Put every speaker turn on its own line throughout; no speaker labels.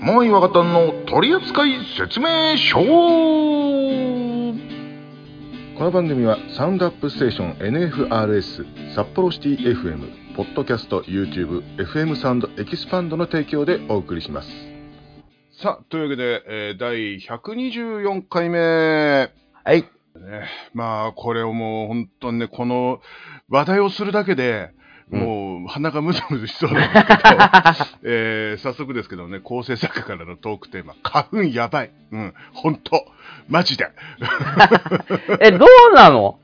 もういわかたんの取扱説明書この番組はサウンドアップステーション NFRS 札幌シティ FM ポッドキャスト YouTube FM サウンドエキスパンドの提供でお送りしますさあというわけで、えー第124回目
はい。
まあこれをもう本当にねこの話題をするだけで
うん
もう鼻がむずむずしそうなんですけど、えー早速ですけどね、構成作家からのトークテーマ、花粉やばい。うん、ほんと、マジで。
え、どうなの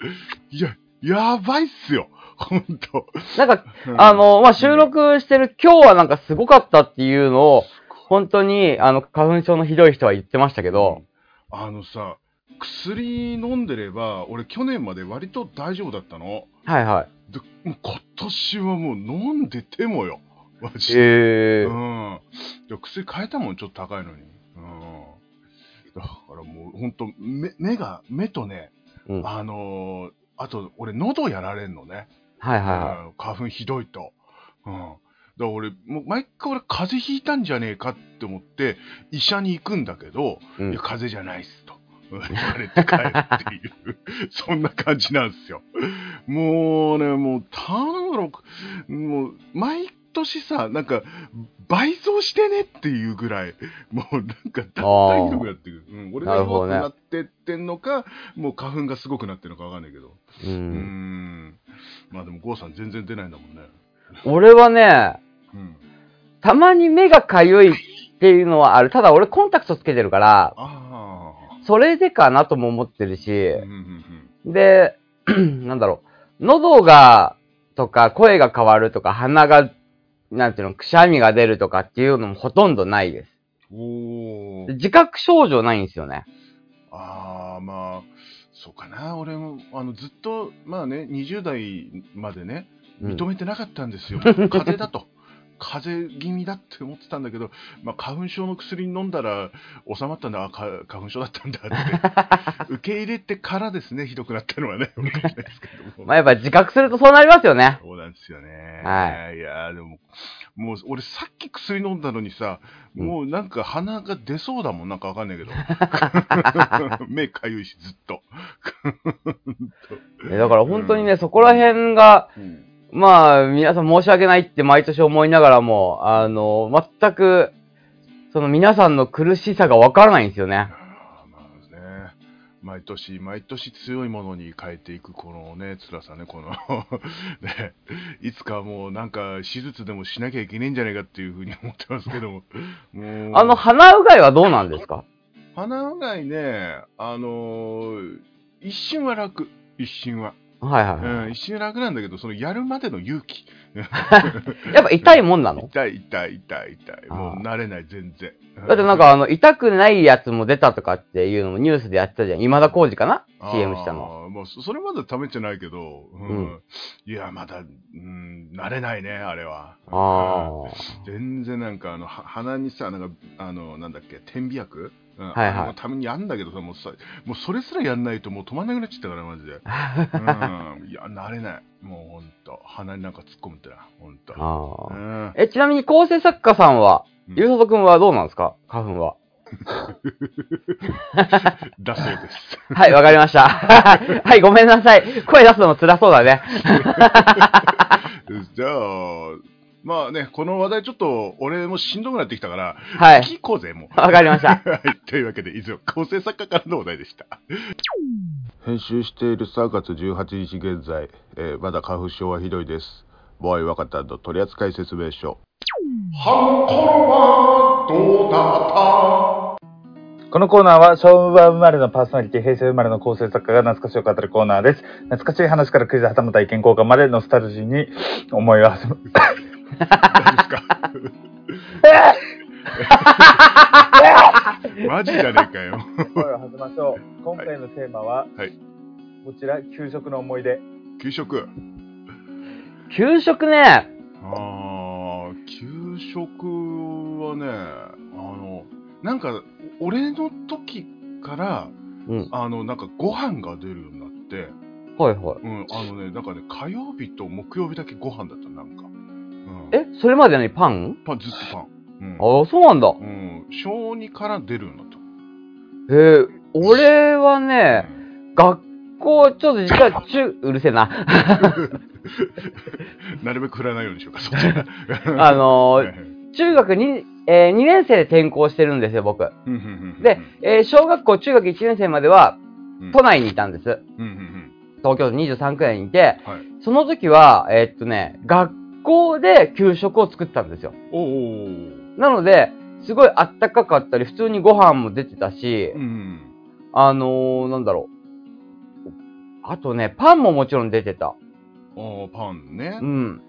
いや、やばいっすよ。ほんと。
なんか、
うん
あ、の、まあ、収録してる今日はなんかすごかったっていうのを、本当に、あの、花粉症のひどい人は言ってましたけど、
あのさ、薬飲んでれば、俺去年まで割と大丈夫だったの。
はいはい。
でもう今年はもう飲んでてもよ。マジで。
え
う
ー、
ん。で薬変えたもん、ちょっと高いのに。うん。だからもうほんと、目目が、目とね、
うん。はい
あのーあと、俺、喉やられんのね。
はいは
うん花粉ひどいと。うん。だから俺、もう毎回俺、風邪ひいたんじゃねえかって思って、医者に行くんだけど、
い。
い
うん
や、、風邪じゃないっすと。 うん言われて帰るっていう、そんな感じなんですよ。もうね、もう、頼むの、もう、毎年さ、なんか、倍増してねっていうぐらい、もうなんか、だんだんひどくなってくる。うん、俺が
なる
弱
ほ
く
どね
なってってんのか、もう花粉がすごくなってるのかわかんないけど。
う
うー
ん。
ん。まあでも、ゴーさん全然出ないんだもんね。
俺はね、
うん。
たまに目がかゆいっていうのはある。ただ俺コンタクトつけてるから、
あ
それでかなとも思ってる
あ。
し
う、んうんうん
で、 なんだろう、喉が、とか、声が変わるとか、鼻が、なんていうの、くしゃみが出るとかっていうのもほとんどないです。
うん。おお
で。自覚症状ないんですよね。
ああ、まあ、そうかな。俺も、あの、ずっと、まあね、20代までね、
うん
認めてなかったん ですよ。風邪だと。風邪気味だって思ってたんだけど、まあ、花粉症の薬飲んだら収まったんだ、あか花粉症だったんだっ て、受け入れてからですね、ひどくなったのはね、わかんないですけども
まあ、やっぱ自覚するとそうなりますよね。
そうなんですよね。。
はい
いやーでも、もう俺さっき薬飲んだのにさ、
うん
もうなんか鼻が出そうだもん、なんかわかんないけ ど。目かゆいし、ずっと。
えだから本当にね、そこら辺が、まあ、皆さん申し訳ないって毎年思いながらも、あの、全く、その皆さんの苦しさがわからないんですよね。
あーまあね。毎年、毎年強いものに変えていく、このね、辛さね、この、 ね、いつかもうなんか手術でもしなきゃいけないんじゃないかっていうふうに思ってますけども。もう
あの、鼻うがいはどうなんですか
鼻うがいね、あのー一瞬は楽。一瞬は。
はいはいは
うん、一瞬楽なんだけど、そのやるまでの勇気。
い。やっぱ痛いもんなの
痛い、痛い、痛い、痛い。
あー
もう慣れない、全然。
だってなんかあの、痛くないやつも出たとかっていうのもニュースでやってたじゃん。今田耕司かな
あー
?CM したの。。
もうそそれまだためてないけど、うん
うん
いや、まだ、うん、慣れないね、あれは。
あ
うん全然なんか、あの、は鼻にさ、なんか、あの、なんだっけ、点鼻薬うん、
はいはい
あれのためにやんだけどさ、もうさ、もうそれすらやんないともう止まんなくなっちゃったから、マジで。うん、いや、慣れない。もうほんと、鼻になんか突っ込むってな、ほんと
あ。。あ
う
あ。
ん
え、ちなみに構成作家さんは、
うん
ゆうさとくんはどうなんですか花粉 は。
だそうです。
はい、わかりました。 はい、ごめんなさい。声出すのも辛そうだね。
じゃあ、まあね、この話題ちょっと俺もしんどくなってきたから、
は
聞
い。
こうぜ、もう。
わかりました。
はい、というわけで、以上、構成作家からのお題でした。編集している3月18日現在、えーまだ花粉症はひどいです。ボーイ若田の取扱説明書。
このコーナーは昭和生まれのパーソナリティ、平成生まれの構成作家が懐かしを語るコーナーです。懐かしい話からクイズはたまた意見交換までノスタルジーに思いを馳せます。
大丈夫ですかマジじゃねえかよ。
声を馳せましょう。今回のテーマは、
はい
こちら、給食の思い出。
給食。
給食ね。
ああ、給食はね、あの、なんか、俺の時から、
うん。
あの、なんかご飯が出るようになって、
はいはい。
うん、あのね、なんかね、火曜日と木曜日だけご飯だった、なんか。うん、
え、それまでにパン
パン、ずっとパン。うん
ああ、そうなんだ。
うん、小2から出るのと。
えー、俺はね、学校、ちょっと実は中、 うるせえな。
なるべく振らないようにしようか、そっちは。
あの
はい は
ー
い
中学に、え2年生で転校してるんですよ、僕。
うんうんうんうん
で、えー小学校、中学1年生までは、
うん
都内にいたんです。
うんうん
東京都23区内にいて、
うんはい。
その時は、えーっとね、学校で給食を作ってたんですよ。
おお。うん
なので、すごいあったかかったり、普通にご飯も出てたし
う、ん。
あのー、なんだろう。あとね、パンももちろん出てた。
おーパンね
う。ん。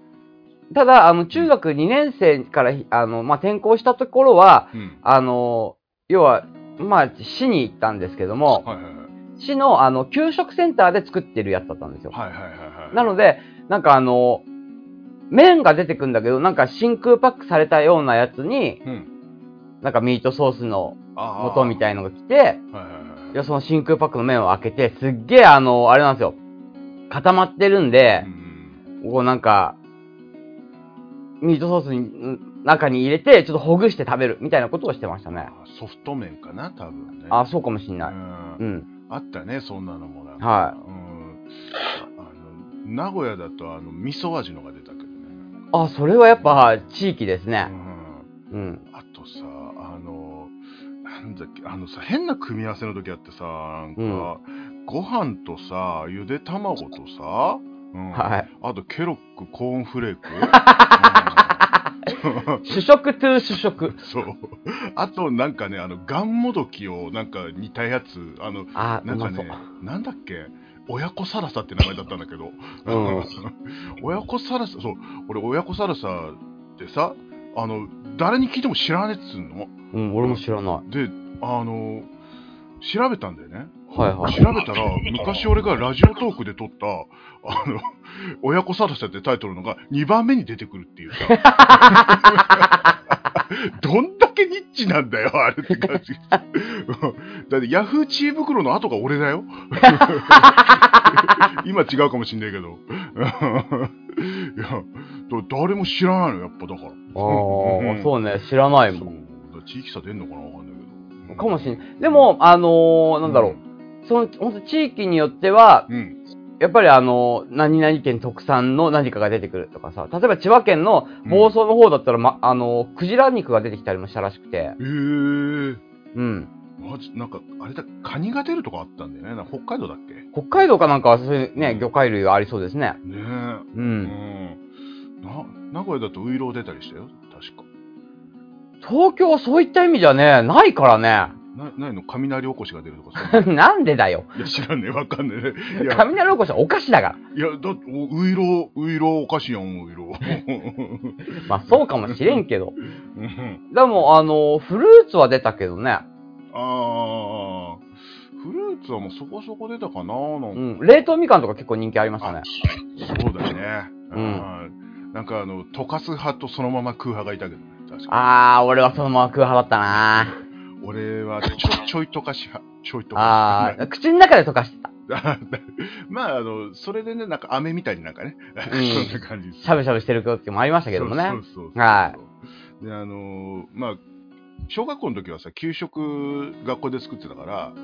ただ、あの、中学2年生から、あの、まあ、転校したところは、
うん。
あのー、要は、まあ、市に行ったんですけども、
はいはい
市の、あの、給食センターで作ってるやつだったんですよ。
はい。はいはいはいはい。
なので、なんかあの、麺が出てくんだけど、なんか真空パックされたようなやつに、
うん。
なんかミートソースの
あ
元み
い
たいのが来て、
な。はいはいはい
いやその真空パックの麺を開けて、すっげえあの、あれなんですよ。固まってるんで
う、ん
こうなんか、ミートソースに、ん中に入れて、ちょっとほぐして食べるみたいなことをしてましたね。
あソフト麺かな、多分ね。
あ、そうかもしん
う
ない。
ん
うん。
あったね、そんなのもなんか。
はい
うん。ああの名古屋だと、あの、味噌味のが出たけどね。
あ、それはやっぱ地域ですね。
うん。
うん。
あとさ、あの、なんだっけ、あのさ、変な組み合わせの時あってさ、なんか、ご飯とさ、ゆで卵とさ、うん
はい。
あと、ケロック、コーンフレー ク。うん
主食 to 主食。
そう。あと、なんかね、あの、ガンもどきを、なんか、似たやつ、あの、
あ、
なんか
うまそう
ね。、なんだっけ、親子サラサって名前だったんだけど、
うん
親子サラサ、そう、俺、親子サラサってさ、あの、誰に聞いても知らねえっつうの。
うん、俺も知らない。
で、あの、調べたんだよね。
はいはい。
調べたら、昔俺がラジオトークで撮った、あの、親子サラサってタイトルのが2番目に出てくるっていうさ。どんだけニッチなんだよ、あれって感じ。うんだってヤフー知恵袋の後が俺だよ。今違うかもしんないけど。うんいや、だ誰も知らないの、やっぱだから。
あ
うん
あ、そうね、知らないもん。
そうだ地域差出んのかなわかんないけど。
かもしんない。でも、あのー、なんだろう。その、本当地域によっては、
うん。うん。
やっぱりあのー、何々県特産の何かが出てくるとかさ、例えば千葉県の房総の方だったら、ま、あのー、クジラ肉が出てきたりもしたらしくて、
ええ
うん。
マジなんかあれだカニが出るとかあったんだよねなんか北海道だっけね
北海道かなんかはそういうね、魚介類がありそうですね。
え
う。
うんんな名古屋だとウイロウ出たりしたよ確か
東京はそういった意味じゃね、 ないから
なないの雷おこしが出るとか そんな
ね。なんでだよ。
いや知らんねえわかんね えいや
雷おこしはお菓子だから。
いやだっておウイロウウイロウおかしいやんウイロウ
まあそうかもしれんけ ど。
うん
でも、あのー、フルーツは出たけどね。
あーフルーツはもうそこそこ出たかななん
う
か
ん、冷凍みかんとか結構人気ありましたね。
そうだね
う
なんかあの溶かす派とそのまま食う派がいたけどね確か
あー、俺はそのまま食う派だったな
に俺はちょちょい溶かし派ちょい溶かし派
あー、口の中で溶かしてた。
あ まあ、あの、それでね、なんか飴みたいになんかね、
ん
そんな感じです。
しゃぶしゃぶしてる時もありましたけどもね。
そうそうそうそう。
はい
で、あのーまあ、小学校の時はさ、給食学校で作ってたか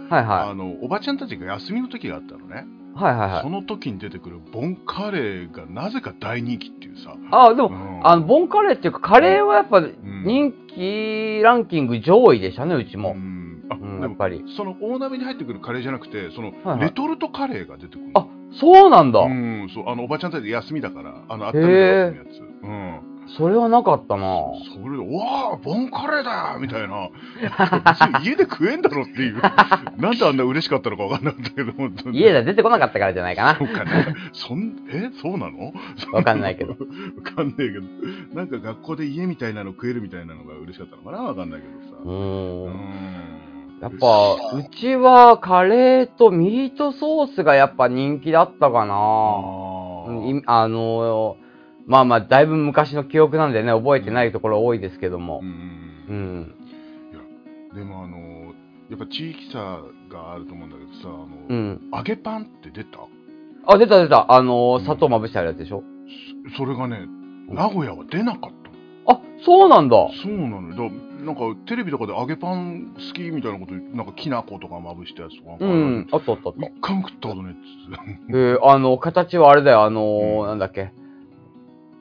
ら、
はいは
あの、おばちゃんたちが休みの時があったのね。
い。はいはいは
そ
い。
の時に出てくるボンカレーがなぜか大人気っていうさ。
あー、で
う
も、
ん
あの、ボンカレーっていうか、カレーはやっぱ
ん
人気ランキング上位でしたね、うち
う
も。
んあ
うん、
で
やっ
も
ぱり。
その大鍋に入ってくるカレーじゃなくて、その、
はいはい
レトルトカレーが出てくるの。
あ、そうなんだ。
うん、そう、あの、おばちゃんたち休みだから、あの、あっためて休みのやつ。うん。
それはなかったな
それで、うわあ、ボンカレーだみたいな。別に家で食えんだろって いう。なんであんな嬉しかったのかわかんなかったけど、本当に。
家では出てこなかったからじゃないか
そ
な。
うかね。そん、え、そうなの
わかんないけ ど。
わかんないけど。なんか学校で家みたいなの食えるみたいなのが嬉しかったのかなわかんないけど
う
さ。う
ーん。
ん
やっぱ、うちはカレーとミートソースがやっぱ人気だった
あ
かなう
ー
んいあのーまあまあ、だいぶ昔の記憶なんでね、覚えてないところ多いですけども
う。。
うんん。
でもあの、やっぱ地域差があると思うんだけどさ、あ
う
の、
ん。
揚げパンって出た
あ、出た出た。あの
うん
ー、砂糖まぶしてあるやつでしょ。
それがね、名古屋は出なかったの。
あ、そうなんだ。
そうなのよ。だからなんかテレビとかで揚げパン好きみたいなことなんかきな粉とかまぶしたやつとか、
うん、あったあったあった。
一回も食ったことね
えーあの、形はあれだよ、あのー
うん
なんだっけ。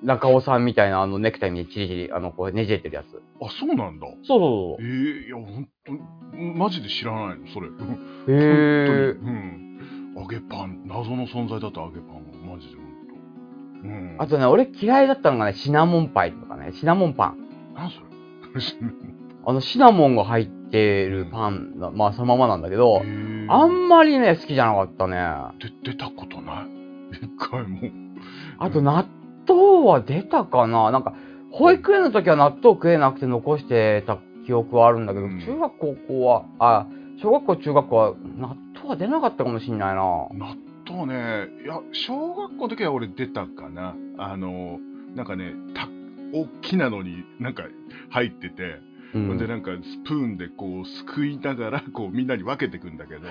中尾さんみたいな、あの、ネクタイにチリチリ、あの、こう、ねじれてるやつ。そう
あそうなんだえ
そう
えいや本当マジで知らないのそれ本
そう。
当に、
へえ。
うん、揚げパン謎の存在だった揚げパンはマジで本当うん
あとね、俺嫌いだったのがね、シナモンパイとかね、シナモンパン。
何それ
あの、シナモンが入ってるパンな、まあ、そのままなんだ けど、
えー
あんまりね、好きじゃなかったね。あ
で出たことない 一回も
と、納豆は出たかななんか、保育園の時は納豆食えなくて残してた記憶はあるんだけど、
うん
中学高校は、あ、小学校中学校は納豆は出なかったかもしんないな。
納豆ねいや小学校の時は俺出たかなあのなんかねた大きなのになんか入ってて、
うん
ほんでなんかスプーンでこうすくいながらこうみんなに分けていくんだ けど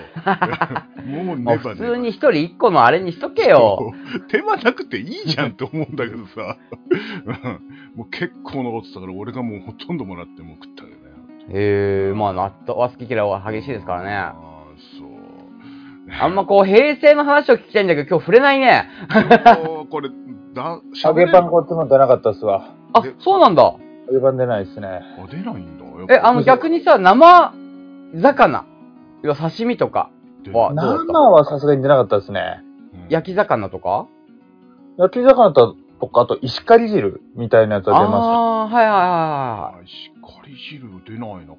もう
もう
ネバ
普
ネ
通
バ
に一人一個のあれにしとけ よ。
手間なくていいじゃんと思うんだけどさうんもう結構残ってたから俺がもうほとんどもらってもう食ったよね
へえ、まあ納豆は好き嫌いは激しいですからね。
ああそう
あんまこう平成の話を聞きたいんだけど今日触れないね。
おーこれ、だ、し
揚げパンこっちも出なかったっすわ。
あ、そうなんだ。
揚げパン出ないっすね。
出ないんだ。やっぱ
え、あの逆にさ、生魚、要は刺身とか、
出
わ
ない
どうだった
生はさすがに出なかったっすね。
うん
焼き魚とか
焼き魚とか、あと石狩汁みたいなやつは出ま
ああー、はいは
あしっかり汁出ないな、こ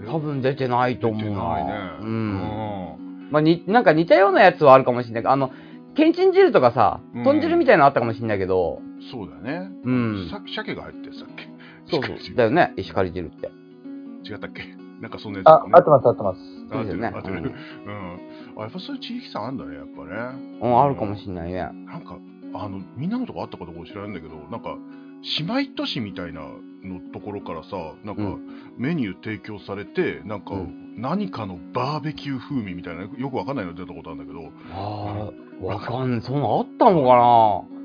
いはい。多分出てないと
出
思う
て
な。
ないね。
う
う
ん。
ん。
まあに、なんか似たようなやつはあるかもしれないけど、あの、けんちん汁とかさ
う、ん
豚汁みたいなのあったかもしれないけど、
そうだね。
うん。
さ鮭が入ってさっけ
そう
しっかり
そう。
汁
だよね、石狩汁って。
違ったっけなんかそんなやつ
す。あ
だ、
合っ
ね
てます合ってます。
そうですよね
合。って
う
る合って
ん
るうん。あ、やっぱそういう地域差あんだね、やっぱね。
うん、あるかもしんないね。
なんか、あの、みんなのとこあったかどうか知らないんだけど、なんか、姉妹都市みたいなのところからさ、なんか、
う
メニュー提供されて、なんか、
うん
何かのバーベキュー風味みたいな、よくわかんないの出たことあるんだけど、
ああ、わかん、そんなあったの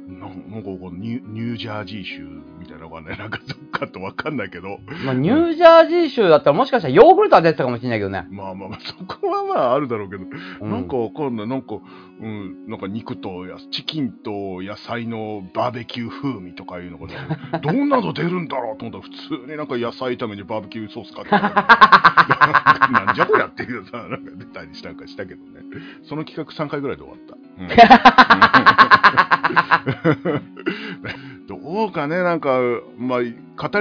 なんなんかこうニュニュージャージー州みたいなのがね、なんかどっかとわかんないけど、
かなまあ、ニュージャージー州だったらもしかしたらヨーグルトは出てたかもしれないけどね。
まあまあまあ、そこはまああるだろうけど、
う
なんかわかんない、なんか、うん、なんか肉とやチキンと野菜のバーベキュー風味とかいうの がね、どんなの出るんだろうと思ったら、普通になんか野菜炒めにバーベキューソースかけて、なんかなんじゃこりゃっていうさ、なんか出たりしたんかしたけどね、その企画3回ぐらいで終わった。うん どうかね、なんか、まあ、語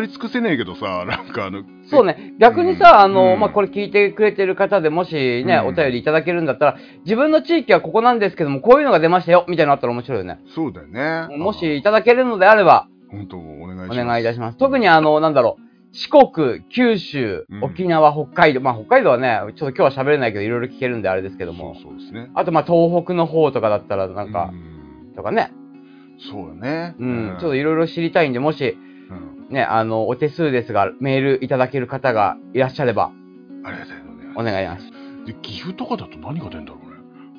り尽くせねえけどさ、なんかあの、
そうね。逆にさ、あの、
うん
まあ、これ聞いてくれてる方でもしね、
うん
お便りいただけるんだったら、自分の地域はここなんですけども、こういうのが出ましたよ、みたいなのあったら面白いよね。
そうだよね。
もしいただけるのであれ
あ、
ば、
本当お願いし
お
ます。
願いいたします。特にあの、なんだろう。四国、九州
う、ん
沖縄、北海道。まあ、北海道はね、ちょっと今日は喋れないけど、いろいろ聞けるんであれですけども。
そうそうですね。
あと、まあ、東北の方とかだったら、なんか、
うん
とかね、
そうだね。
うん、ちょっと
と、
いろいろ知りたいんで、も
う
し、
ん
ね、あの、お手数ですが、メールいただける方がいらっしゃれば、
ありがたいのね。
お願いします。
で、岐阜とかだと何が出んだろうね。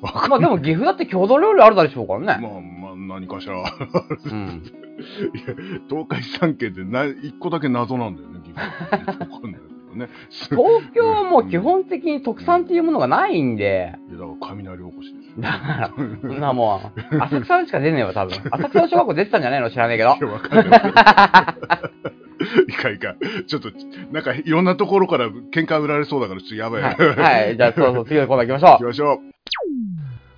まあ、でも、岐阜だって郷土料理あるでしょうからね。
まあまあ、何かしら。
うん。
東海三県でな一個だけ謎なんだよね、岐阜。よくわかんないけどね。すごい。
東京はもう基本的に特産っていうものがないんで、
いやだから雷おこしですよ。
だから、そ んなもう、浅草でしか出ねえわ、多分。浅草の小学校出てたんじゃないの知 らねえけど
い。や、わかんない。いかんいかん。ちょっと、なんかいろんなところから喧嘩売られそうだから、ちょっとやばいよ。
はい。はい。じゃあ、そうそう、次のコーナー行きましょ
きましょう。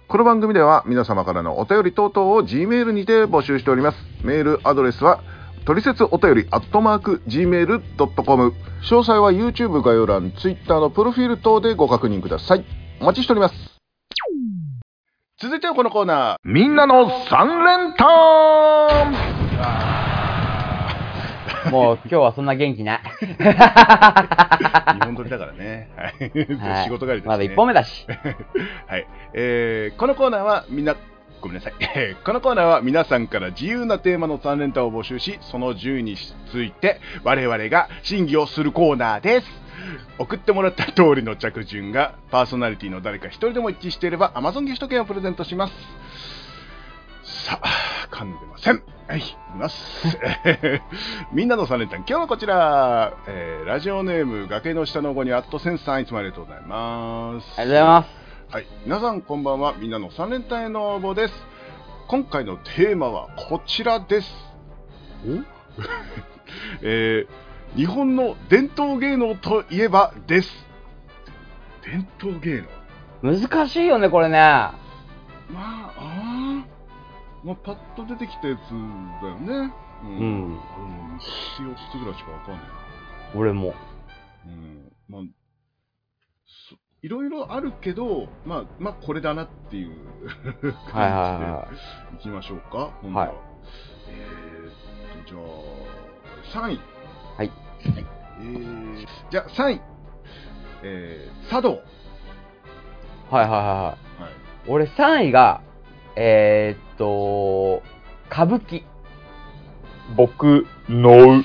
この番組では皆様からのお便り等々を G メールにて募集しております。メールアドレスは、トリセツお便りアットマーク Gmail.com。詳細は YouTube 概要欄、Twitter のプロフィール等でご確認ください。お待ちしております。続いてはこのコーナー。みんなの三連単
う。もう、今日はそんな元気ない。
日本撮りだからね。はい。 仕事帰りです、ね。
まだ一本目 だし。
はい、えーこのコーナーはみんなごめんなさい、 えーこのコーナーは皆さんから自由なテーマの3連単を募集しその10について我々が審議をするコーナーです送ってもらった通りの着順がパーソナリティの誰か一人でも一致していれば Amazon ギフト券をプレゼントしますさあ噛んでません。はい、います。 えーみんなの3連単、今日はこちら、えーラジオネーム、崖の下の子にアットセンスさん、いつもありがとうございます。
ありがとうございます。
はい、皆さんこんばんは。みんなの三連単への応募です。今回のテーマはこちらです。お えー日本の伝統芸能といえばです。伝統芸能
難しいよね、これね。
まあ、あーまあ、パッと出てきたやつだよね。う
う。ん。
あれも一四つぐらいしかわかんない。
俺も。
うん。まあ、そいろいろあるけど、まあ、まあ、これだなっていう感じで。
はいはいはいはい。
行きましょうか、今度
はい
えーっと、じゃあ、3位。
はい。
えー、じゃあ、3位。えー、茶道。はい。
はいはいはいはい。俺3位が、えー、っと、歌舞伎。
僕、ノウ。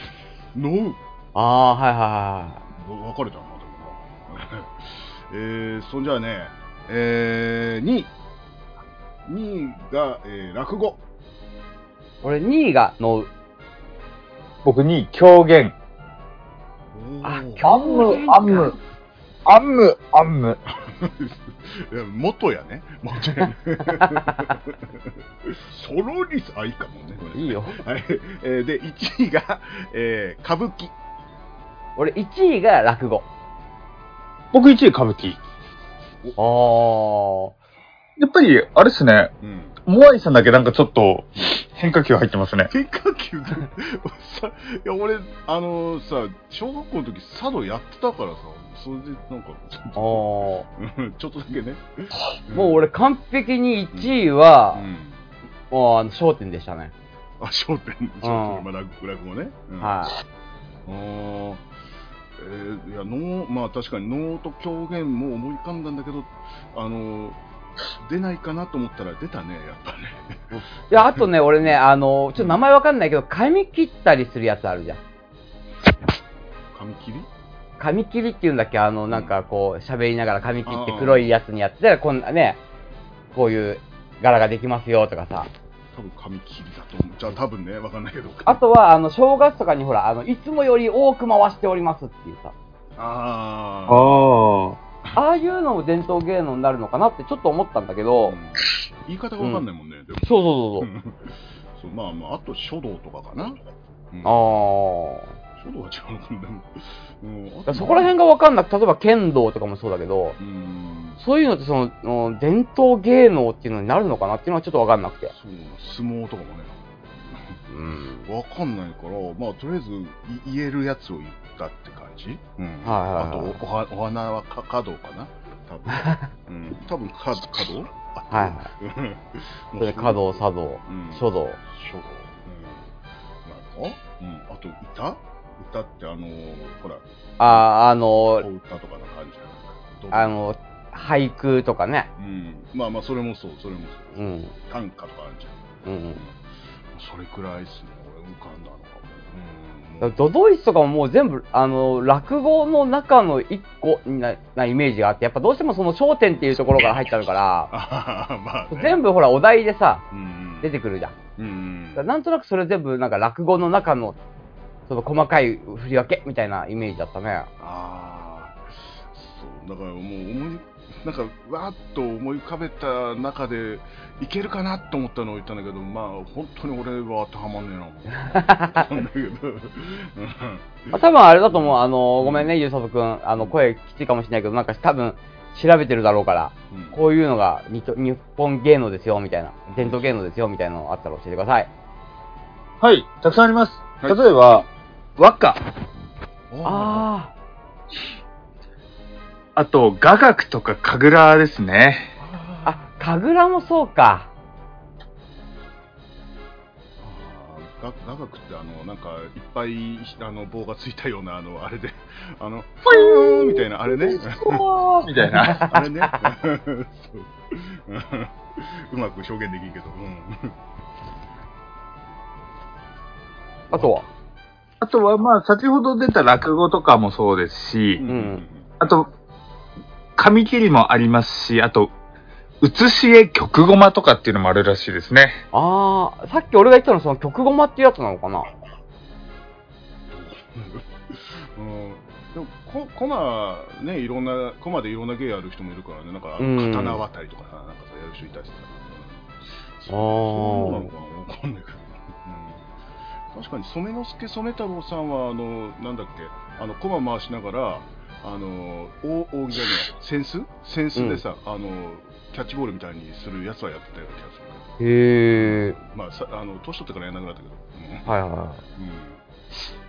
ノ
ああ、はいはいはい。
ウ。分かれたな、でもな。 えー、そんじゃあね、えー、2位。2位が、えー、落語。
俺2位が能。
僕に狂言。
あ
おー
狂言か。
アンム、アンム。
いや元やね。元やね。 ソロリス、あ、いいかもね。これ
いいよ。
はい、えーで1位が、えー歌舞伎
俺1位が落語。
僕1位歌舞伎。
あ
やっぱり、あれっすね、
うん
モアイさんだけなんかちょっと変化球入ってますね。
変化球がさいや俺あのーさ小学校の時茶道やってたからさそれでなんかちょっ
あ。ああ。
と
も
うん ちょっとだけね
う俺完璧に1位は
う、ん
もうあの、焦点でしたね。
あ焦点焦点まあ落落語ね、うん、
は
あーえーいや能まあ確かに能と狂言も思い浮かんだんだけどあのー出ないかなと思ったら出たねやっぱね
い。いや、あとね、俺ね、あの、ちょっと名前わかんないけど、髪切ったりするやつあるじゃん。
髪切り
髪切りっていうんだっけあのなんかこう喋りながら髪切って黒いやつにやってたらこんなねこういう柄ができますよとかさ
多分髪切りだと思うじゃあ多分ねわかんないけど
あとはあの正月とかにほらあのいつもより多く回しておりますっていうさ
あー
あ。
ああいうのも伝統芸能になるのかなってちょっと思ったんだけど、
うん言い方がわかんないもんね、でも
そうそうそう
そ
そう
うまあまああと書道とかかな、うん
あ
書道は違うもんねうん
あだからそこら辺が分かんなく例えば剣道とかもそうだけど
うん
そういうのってそのうん伝統芸能っていうのになるのかなっていうのはちょっと分かんなくて
そう相撲とかもね
うん
わかんないからまあとりあえずい言えるやつを言ったって感じ、うん
はいはいは
あ
い
とおはお花はか華道かな多 分、うん、多分か華道
はいはい
うん
それで華道茶道
うん書
書道
道、うん、なんか、うん、あと歌歌ってあのーほら、
あああ
お
の
歌とかなんかあるじゃない
あ、の、俳句とかね。
うん、まあまあそれもそうそれもそうう、
ん。
短歌とかあるじゃん、
うん
それくらいっすね俺浮かんだのか
う
も、うん
ん。ドドイツとかももう全部、あの、落語の中の一個ななイメージがあって、やっぱどうしてもその焦点っていうところから入っちゃうから、
ああ まあ、ね、
全部ほらお題でさ、
部、うんうん、
出てくるじゃん。だか
うんうん
らなんとなくそれ全部なんか落語の中の、その細かい振り分けみたいなイメージだったね。
ああそうだからもう思いなんかわーっと思い浮かべた中でいけるかなと思ったのを言ったんだけどまあ本当に俺は当てはまんねえななんだけど、うん
まあ、多分あれだと思う。あの、ごめんね、ゆうさとくん。あの、声きついかもしれないけど、なんか多分調べてるだろうから。
うん
こういうのが日と日本芸能ですよみたいな、伝統芸能ですよみたいなのあったら教えてください。
はい、たくさんあります。
はい
例えば、和歌、
あ
あ
あと、雅楽とか神楽ですね。
あ、あ、神楽もそうか。
あーが雅楽ってあのなんかいっぱいあの棒がついたようなあのあれで あの「ファイーン!」みたいなあれね
みたいな。
あれね そううんうまく表現できんけど、うん、
あとは、
あとは、まあ、先ほど出た落語とかもそうですし、
ん
あと、紙切りもありますし、あと、写し絵曲ごまとかっていうのもあるらしいですね。
ああ、さっき俺が言ったのその曲ごまっていうやつなのかな
うんでもこコマねいろんなコマでいろんな芸やる人もいるからねなんか
うん
刀渡りとかさ、なんかさやる人いたしさ
あー
そうなのかなわかんないけど、うん、確かに染之助染太郎さんはあのなんだっけあのコマ回しながらあの大大喜利じゃない扇子扇子でさ、あのキャッチボールみたいにするやつはやってたような気がするけ
へえ。
どまあさあの年取ってからやんなくなったけど、うん
はいはいはい。
うんそうえーでも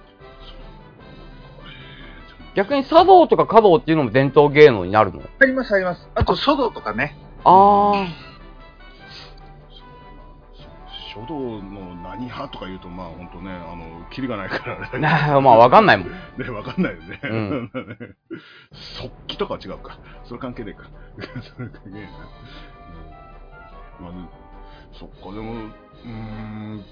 逆に茶道とか華道っていうのも伝統芸能になるの
ありますあります。あと書道とかね。
あ
書道の何派とか言うと、まあ本当ね、あの、キリがないから あれだけ
あ、
ど
なまあわかんない もん。
ね、わかんないよね。
うん
速記とかは違うか。それ関係ねえか。 それ関係ねえな。うんまあね、そっか、でも、うーん、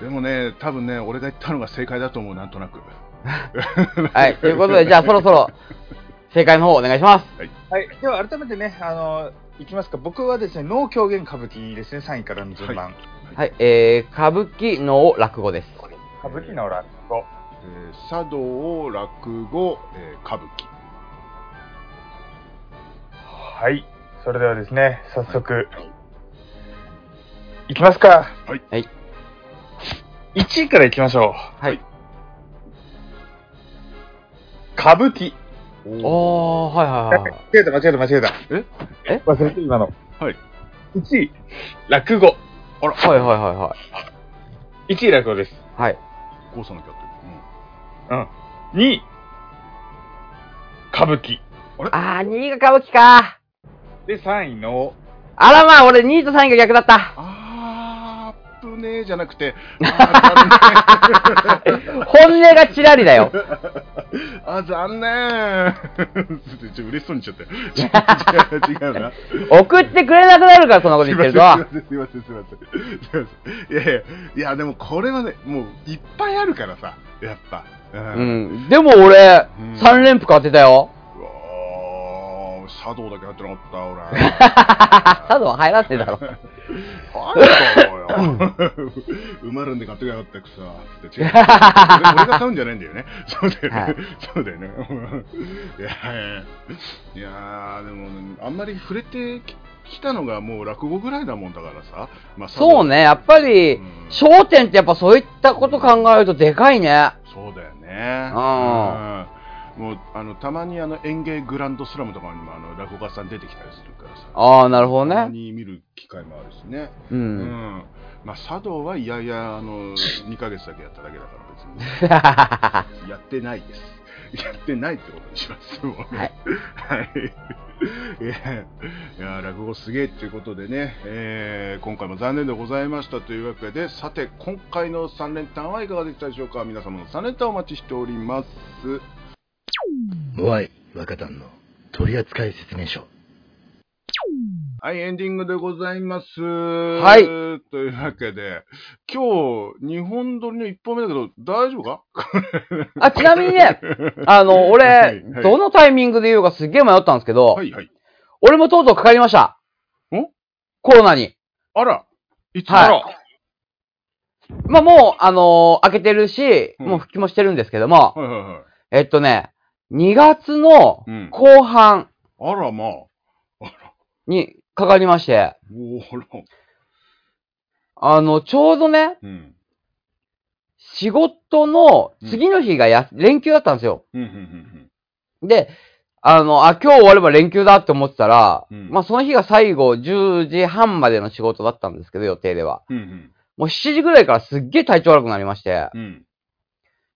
でもね、多分ね、俺が言ったのが正解だと思う、なんとなく。
はい、ということで、じゃあそろそろ、正解の方お願いします。
はい。では改めてね、あの、いきますか。僕はですね、能狂言歌舞伎ですね、3位からの順番。
はい、えー、歌舞伎の落語です。
歌舞伎の落語。
えー茶道、落語、えー歌舞伎。
はい。それではですね、早速、いきますか。
はい
はい。
1位からいきましょ
はい。
う。歌舞伎。
おー、はいはいはい。
間違えた、間違えた、間違えた。
え
え
忘れて、今の。
はい。
1位、落語。
あら、
はいはいはいはい。
1位、落語です。
はい。
こうさなきゃって。うん
2位、歌舞伎。
あー、2位が歌舞伎か。
で、3位の、
あらまあ、俺2位と3位が逆だった。
あー、あっぶねえじゃなく て、あー残
本音がちらりだよ。
念 あ、残念ちょっと嬉しそうに言っちゃったよ。違う違う違うな。
送ってくれなくなるから、そんなこと
すい
言っ
ま
て
せ
る
ん、
と。
すいません、すいません、すいません。すいませんいやいや、いや、でもこれはね、もういっぱいあるからさ、やっぱ。う。
うんん。でも俺
うん、
3連服当てたよ。
うわー茶道だけやってなかった、俺。
佐藤は入らせてだろ。
はい、そう よ。埋まるんで買ってきやがったくさ。つって違う。俺俺が買うんじゃないんだよね。 そうだよね。
はい
そうだよね。 いやいや、いやーでも、あんまり触れてききたのがもう落語ぐらいだもんだからさ。まあ、
そうね、やっぱり、
うん
焦点ってやっぱそういったこと考えるとでかいね。
そうだよね。
あ
うんもうあのたまにあの演芸グランドスラムとかにもあの落語家さん出てきたりするからさ。
ああ、なるほど
たま
ね。
に見る機会もあるしね。
う。
うん んまあ、茶道はいやいや、あ の、2ヶ月だけやっただけだから
は
別に、やってないです。やってないってことにしますもんね。
はい。
はい。いや、いや落語すげえっていうことでね、えー今回も残念でございましたというわけで、さて、今回の3連単はいかがでしたでしょうか皆様の3連単お待ちしております。
モアイ若旦の取扱説明書
はい、エンディングでございます。はいというわけで、今日、日本撮りの1本目だけど、大丈夫か
あ、ちなみにね、あ の、
はい
俺
は、い
どのタイミングで言うかすげえ迷ったんですけど
は、いはい。
俺もとうとうかかりました。
ん
コロナに。
あら、いつ
はい
から、
まあもう、あのー、開けてるし、
うん
もう復帰もしてるんですけども、
はいはいはい。
えっとね、2月の
うん
後半
あらまあ。
にかかりまして、
おーら。
あの、ちょうどね、
うん。
仕事の次の日がや、連休だったんですよ。
うん、うん、うん
で、あの、あ、今日終われば連休だって思ってたら、
うん
まあその日が最後10時半までの仕事だったんですけど、予定では。
うん。うん、
もう7時ぐらいからすっげえ体調悪くなりまして、
うん。うん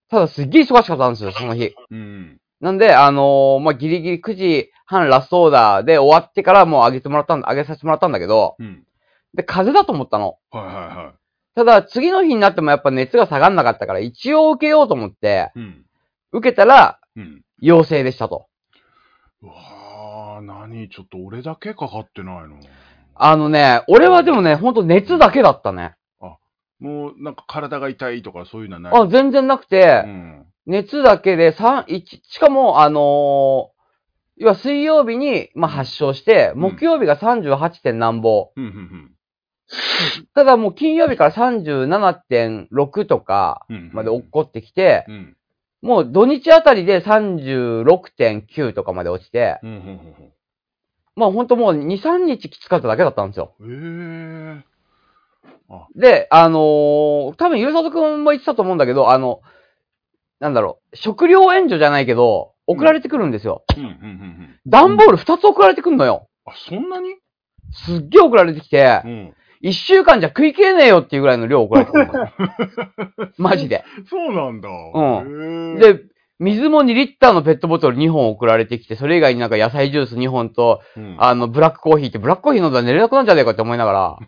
ただすっげえ忙しかったんですよ、その日。
うん。
なんで、あのーまあギリギリ9時半ラストオーダーで終わってからもう上げてもらったんだ、上げさせてもらったんだけど、
うん。
で、風邪だと思ったの。
はいはいは
ただ、次の日になってもやっぱ熱が下がんなかったから、一応受けようと思って、
い。うん。
受けたら、
うん。
陽性でしたと。
うわー、何ちょっと俺だけかかってないの
あのね、俺はでもね、ほんと熱だけだったね。
もう、なんか体が痛いとかそういうのはない
あ、全然なく
う
て、
ん。
熱だけで、三一しかも、あの要は水曜日に、まあ、発症して、
うん
木曜日が 38. 点何ぼ。
うんうん
ただもう金曜日から37.6とか
うんうん
まで落っこってきて、
うん
もう土日あたりで36.9とかまで落ちて、
うんうんうん
まあほんともう2、3日きつかっただけだったんですよ。
うんへえ
で、あのー多分ゆうさとくんも言ってたと思うんだけど、あの、なんだろう、食料援助じゃないけど、送られてくるんですよ。
うんうんうんうん
段、ボール2つ送られてくんのよ。
あそんなに
すっげえ送られてきて
う、ん
1週間じゃ食い切れねえよっていうぐらいの量送られてくるのよ。 マジで。
そうなんだ
ん
へえ
で、水も2リッターのペットボトル2本送られてきて、それ以外になんか野菜ジュース2本と、
うん
あの、ブラックコーヒーって、ブラックコーヒー飲んだら寝れなくなっちゃうねえかって思いなが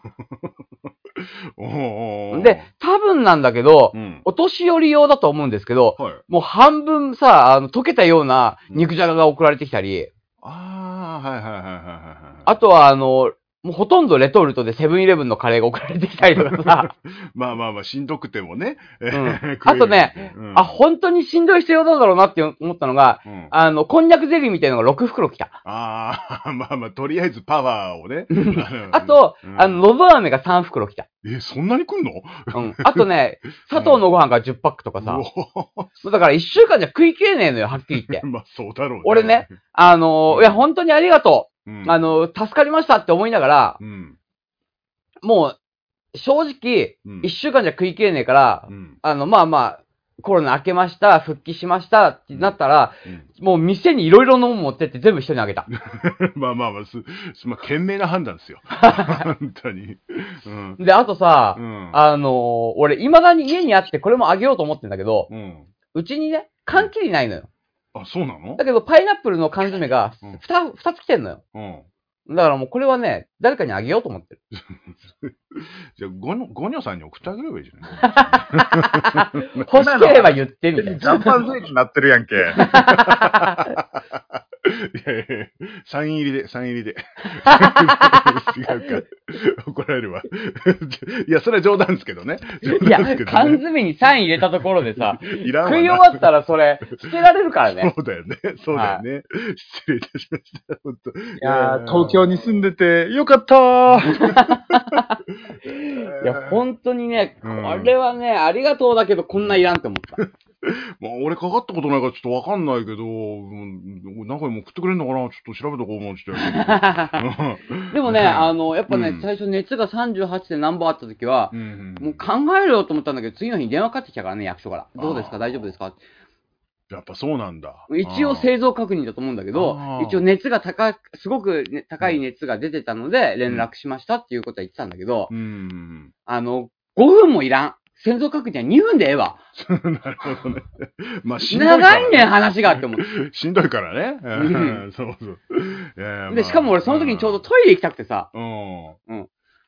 おうおうお
ら。
う
で、多分なんだけど
う、ん
お年寄り用だと思うんですけど、
はい
もう半分さ、あの、溶けたような肉じゃがが送られてきたり、
ああはいはいはいはいはいはい
あとはあの、もうほとんどレトルトでセブンイレブンのカレーが送られてきたりとかさ、
まあまあまあ、しんどくてもね。
ん
食える
あとね、
うん
あ、本当にしんどい必要なんだろうなって思ったのが、
うん
あの、こんにゃくゼリーみたいのが6袋来た。
ああ、 まあまあ、とりあえずパワーをね。の
あと、
うん
あの、のど飴が3袋来た。
え、そんなに来んの
うん。あとね、砂糖のご飯が10パックとかさ。
うお
そうだから1週間じゃ食い切れねえのよ、はっきり言っ て。
まあ、そうだろう、ね。
俺ね、あのー、いや、本当にありがと
うん、
う。あのー、助かりましたって思いながら、
うん、
もう、正直、
うん、
1週間じゃ食い切れねえから
う、ん、
あの、まあまあ、コロナ明けました、復帰しましたってなったら、
うん。
もう店にいろいろのもん持ってって全部人にあげた。
まあまあまあ、す、すまあ、賢明な判断 ですよ。本当に。うん。
で、あとさ
う、ん。
あのー、俺、未だに家にあってこれもあげようと思ってんだけど、
うん。
うちにね、缶切りないのよ。
あ、そうなの
だけど、パイナップルの缶詰が
うん
2, 二つ来てんのよ。
うん。
だからもうこれはね、誰かにあげようと思ってる。
じゃあ、ゴニョ、ゴニョさんに送ってあげればいいじゃない
欲しければ言ってみたい
ジャン
な。
パンイになってる やんけ。
いやいやいや、 サイン入りで、サイン入りで。違うか。怒られるわ。 いや、それは冗談ですけどね。冗
いや
談ですけ、ど
缶
ね。
詰にサイン入れたところで さ、
いらんわ
食
ない
終わったらそれ、捨てられるからね。
そうだよね。そうだよね。失礼いたしました。本当。い
いやー東京に住んでて、よかったー。
いや、本当にね、こ
うん
れはね、ありがとうだけど、こんないらんって思った。
まあ、俺かかったことないからちょっとわかんないけど、うん、なんかも送ってくれんのかなちょっと調べとこう思って。うん
でもね、あの、やっぱね、
うん
最初熱が38で何本あった時は、
うん
もう考えるよと思ったんだけど、次の日に電話かかってきたからね、役所から。どうです
あ
か
ー
大丈夫ですか
やっぱそうなんだ。
一応
せ
製造確認だと思うんだけど
あ、ー
一応熱が高く、すごく、ね、高い熱が出てたので、連絡しましたっていうことは言ってたんだけど、
うん。
あの、5分もいらん。製造確認は2分でええわ。
なるほどね。まあ、しんどいから
長いねん、話がっ て思って。
しんどいからね。うんそうそう。いやいやまあ
で、しかも俺その時にちょうどトイレ行きたくてさ、
うん。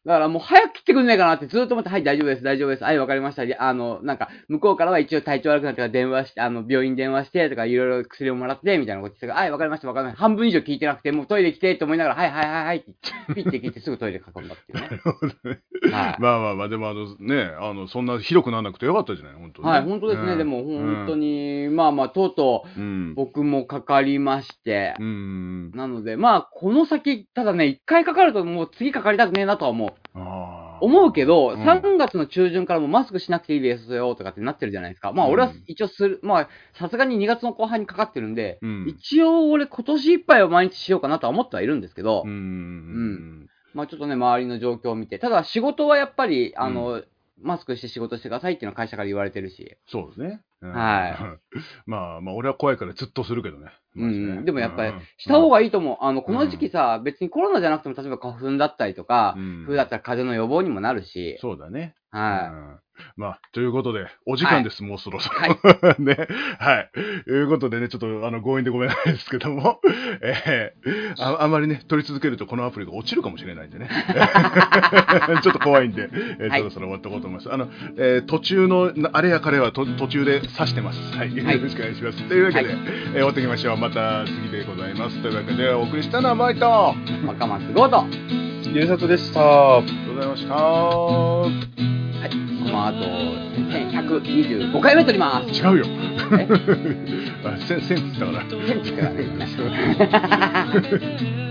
だからもう早く来てくんないかなってずっと思って、はい、大丈夫です、大丈夫です、はい、わかりました。いやあの、なんか、向こうからは一応体調悪くなったから電話して、あの、病院電話してとか、いろいろ薬をもらって、みたいなこと言ってたから、はい、わかりました、わかりました。半分以上聞いてなくて、もうトイレ来てって思いながら、はい、はい、はい、はいって、ピッて聞いてすぐトイレ囲んだ っていうね。はい。
まあまあまあ、でもあのね、あの、そんな広くならなくてよかったじゃない本当に。
はい、本当ですね。
うん
でも、本当。に、まあまあ、とうと
う。
うん僕もかかりまして、
うん。
なので、まあ、この先、ただね、一回かかるともう次かかりたくねえなとは思う。
あー
思うけど、
うん
3月の中旬からもうマスクしなくていいですよとかってなってるじゃないですか。まあ、
うん
俺は一応する、まあ、さすがに2月の後半にかかってるんで、
うん。
一応俺今年いっぱいは毎日しようかなとは思ってはいるんですけど、
うんうん。
まあちょっとね、周りの状況を見て、ただ仕事はやっぱり、あの、マスクして仕事してくださいっていうのは会社から言われてるし、
そうですね。うん
は。
まあまあ、俺は怖いからずっとするけどね。
う
マジね
ん、でもやっぱりした方
が、
がいいと思う。あの、この時期さ、別にコロナじゃなくても、例えば花粉だったりとか、
うん
冬だったら風邪の予防にもなるし、
そうだね。
はい。
まあ、ということで、お時間です、もうそろそろ。
は
ね。はい。ということでね、ちょっと、あの、強引でごめんなさいですけども、 えーあ、あまりね、取り続けるとこのアプリが落ちるかもしれないんでね。 ちょっと怖いんで、えー
はい
そろそろ終わっておこうと思います。あの、えー途中の、なあれや彼はと途中で刺してます。はい。
はい
よろしくお願いします。というわけで、
はい
えー終わっていきましょう。また次でございます。というわけで、お送りしたのはマイト。あり
若松ゴート。は
ゆうさとでした。
がとうございました。
い。
まあ、あと、1125回目撮ります。
違う よ
え
あセンセンスだから
センチからね。